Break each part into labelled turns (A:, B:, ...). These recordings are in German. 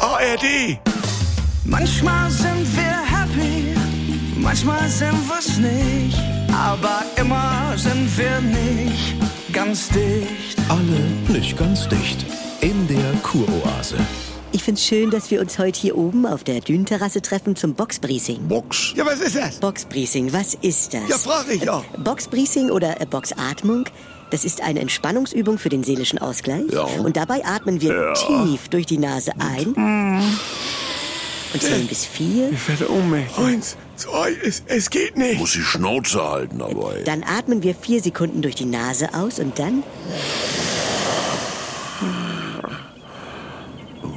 A: ARD.
B: Manchmal sind wir happy, manchmal sind wir's nicht, aber immer sind wir nicht ganz dicht.
C: Alle nicht ganz dicht. In der Kuroase.
D: Ich find's schön, dass wir uns heute hier oben auf der Dünenterrasse treffen zum Boxbriefing.
C: Box.
A: Ja, was ist das?
D: Boxbriefing, was ist das?
A: Ja, frag ich ja.
D: Boxbriefing oder äh, Boxatmung, das ist eine Entspannungsübung für den seelischen Ausgleich.
C: Ja.
D: Und dabei atmen wir tief durch die Nase ein.
A: Mhm.
D: Und
A: Äh.
D: zählen bis vier.
A: Ich werde ohnmächtig. Eins, zwei, es, es geht nicht.
C: Muss die Schnauze halten dabei.
D: Dann atmen wir vier Sekunden durch die Nase aus und dann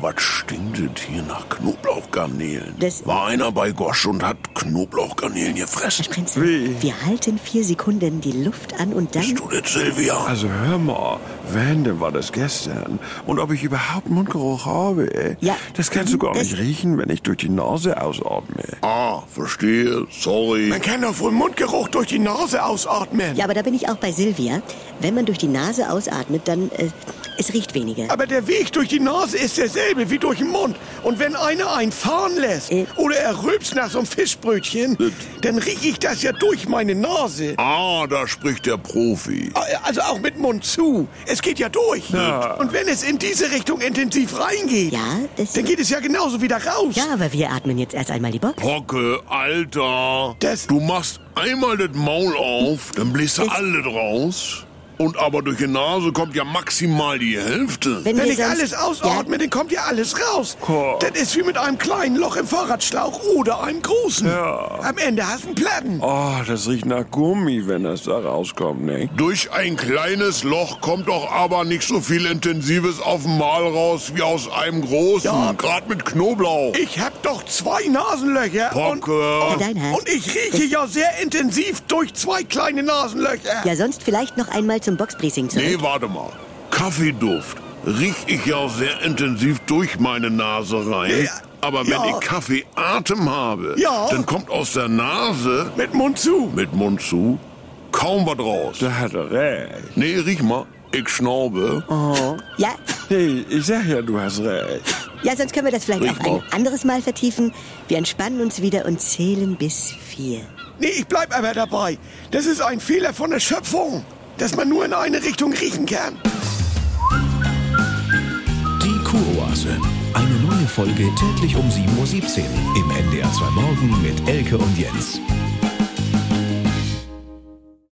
C: Was stinkt es hier nach Knoblauchgarnelen?
D: Das-
C: War einer bei Gosch und hat Knoblauchgarnelen gefressen.
D: Prinz,
A: Wie?
D: wir halten vier Sekunden die Luft an und dann.
C: Bist du das, Silvia?
A: Also hör mal, wenn, denn war das gestern. Und ob ich überhaupt Mundgeruch habe, eh,
D: Ja.
A: das kannst du gar
D: Das-
A: nicht riechen, wenn ich durch die Nase ausatme.
C: Ah, verstehe. Sorry.
A: kann doch wohl Mundgeruch durch die Nase ausatmen.
D: Ja, aber da bin ich auch bei Silvia. Wenn man durch die Nase ausatmet, dann. Äh, es riecht weniger.
A: Aber der Weg durch die Nase ist derselbe wie durch den Mund. Und wenn einer einen fahren lässt
D: Äh.
A: oder er rülpst nach so einem Fischbrötchen, dann rieche ich das ja durch meine Nase.
C: Ah, da spricht der Profi.
A: Also auch mit Mund zu. Es geht ja durch. Und wenn es in diese Richtung intensiv reingeht,
D: Ja, das-
A: dann geht es ja genauso wieder raus.
D: Ja, aber wir atmen jetzt erst einmal die Box.
C: Hocke, Alter.
A: Das-
C: du machst einmal das Maul auf, dann bläst du alles raus. Und aber durch die Nase kommt ja maximal die Hälfte.
D: Wenn,
A: Wenn
D: wir
A: ich
D: sonst-
A: alles ausatme, dann kommt ja alles raus. Das ist wie mit einem kleinen Loch im Fahrradschlauch oder einem großen. Am Ende hast du einen Platten.
E: Oh, das riecht nach Gummi, wenn das da rauskommt, ne?
C: Durch ein kleines Loch kommt doch aber nicht so viel Intensives auf Mal raus wie aus einem großen.
A: Ja.
C: Gerade mit Knoblauch.
A: Ich hab doch zwei Nasenlöcher. Und,
C: Hocke.
D: Ja, dein Hals.
A: und ich rieche ja sehr intensiv durch zwei kleine Nasenlöcher.
D: Ja. ja, sonst vielleicht noch einmal zum Boxbriefing zurück.
C: Nee, warte mal. Kaffeeduft riech ich ja sehr intensiv durch meine Nase rein.
A: Ja,
C: Aber wenn
A: ja.
C: ich Kaffeeatem habe,
A: Ja.
C: dann kommt aus der Nase
A: Mit Mund zu.
C: mit Mund zu kaum was raus.
E: Da hat er recht.
C: Nee, riech mal. Ich schnaube.
D: Ja,
E: Nee, ich sag ja, du hast recht.
D: ja, sonst können wir das vielleicht
C: Ich
D: auch ein
C: brauch-
D: anderes Mal vertiefen. Wir entspannen uns wieder und zählen bis vier.
A: Nee, ich bleib aber dabei. Das ist ein Fehler von der Schöpfung, dass man nur in eine Richtung riechen kann.
F: Die Kuroase. Eine neue Folge täglich um 7.17 Uhr im NDR 2 Morgen mit Elke und Jens.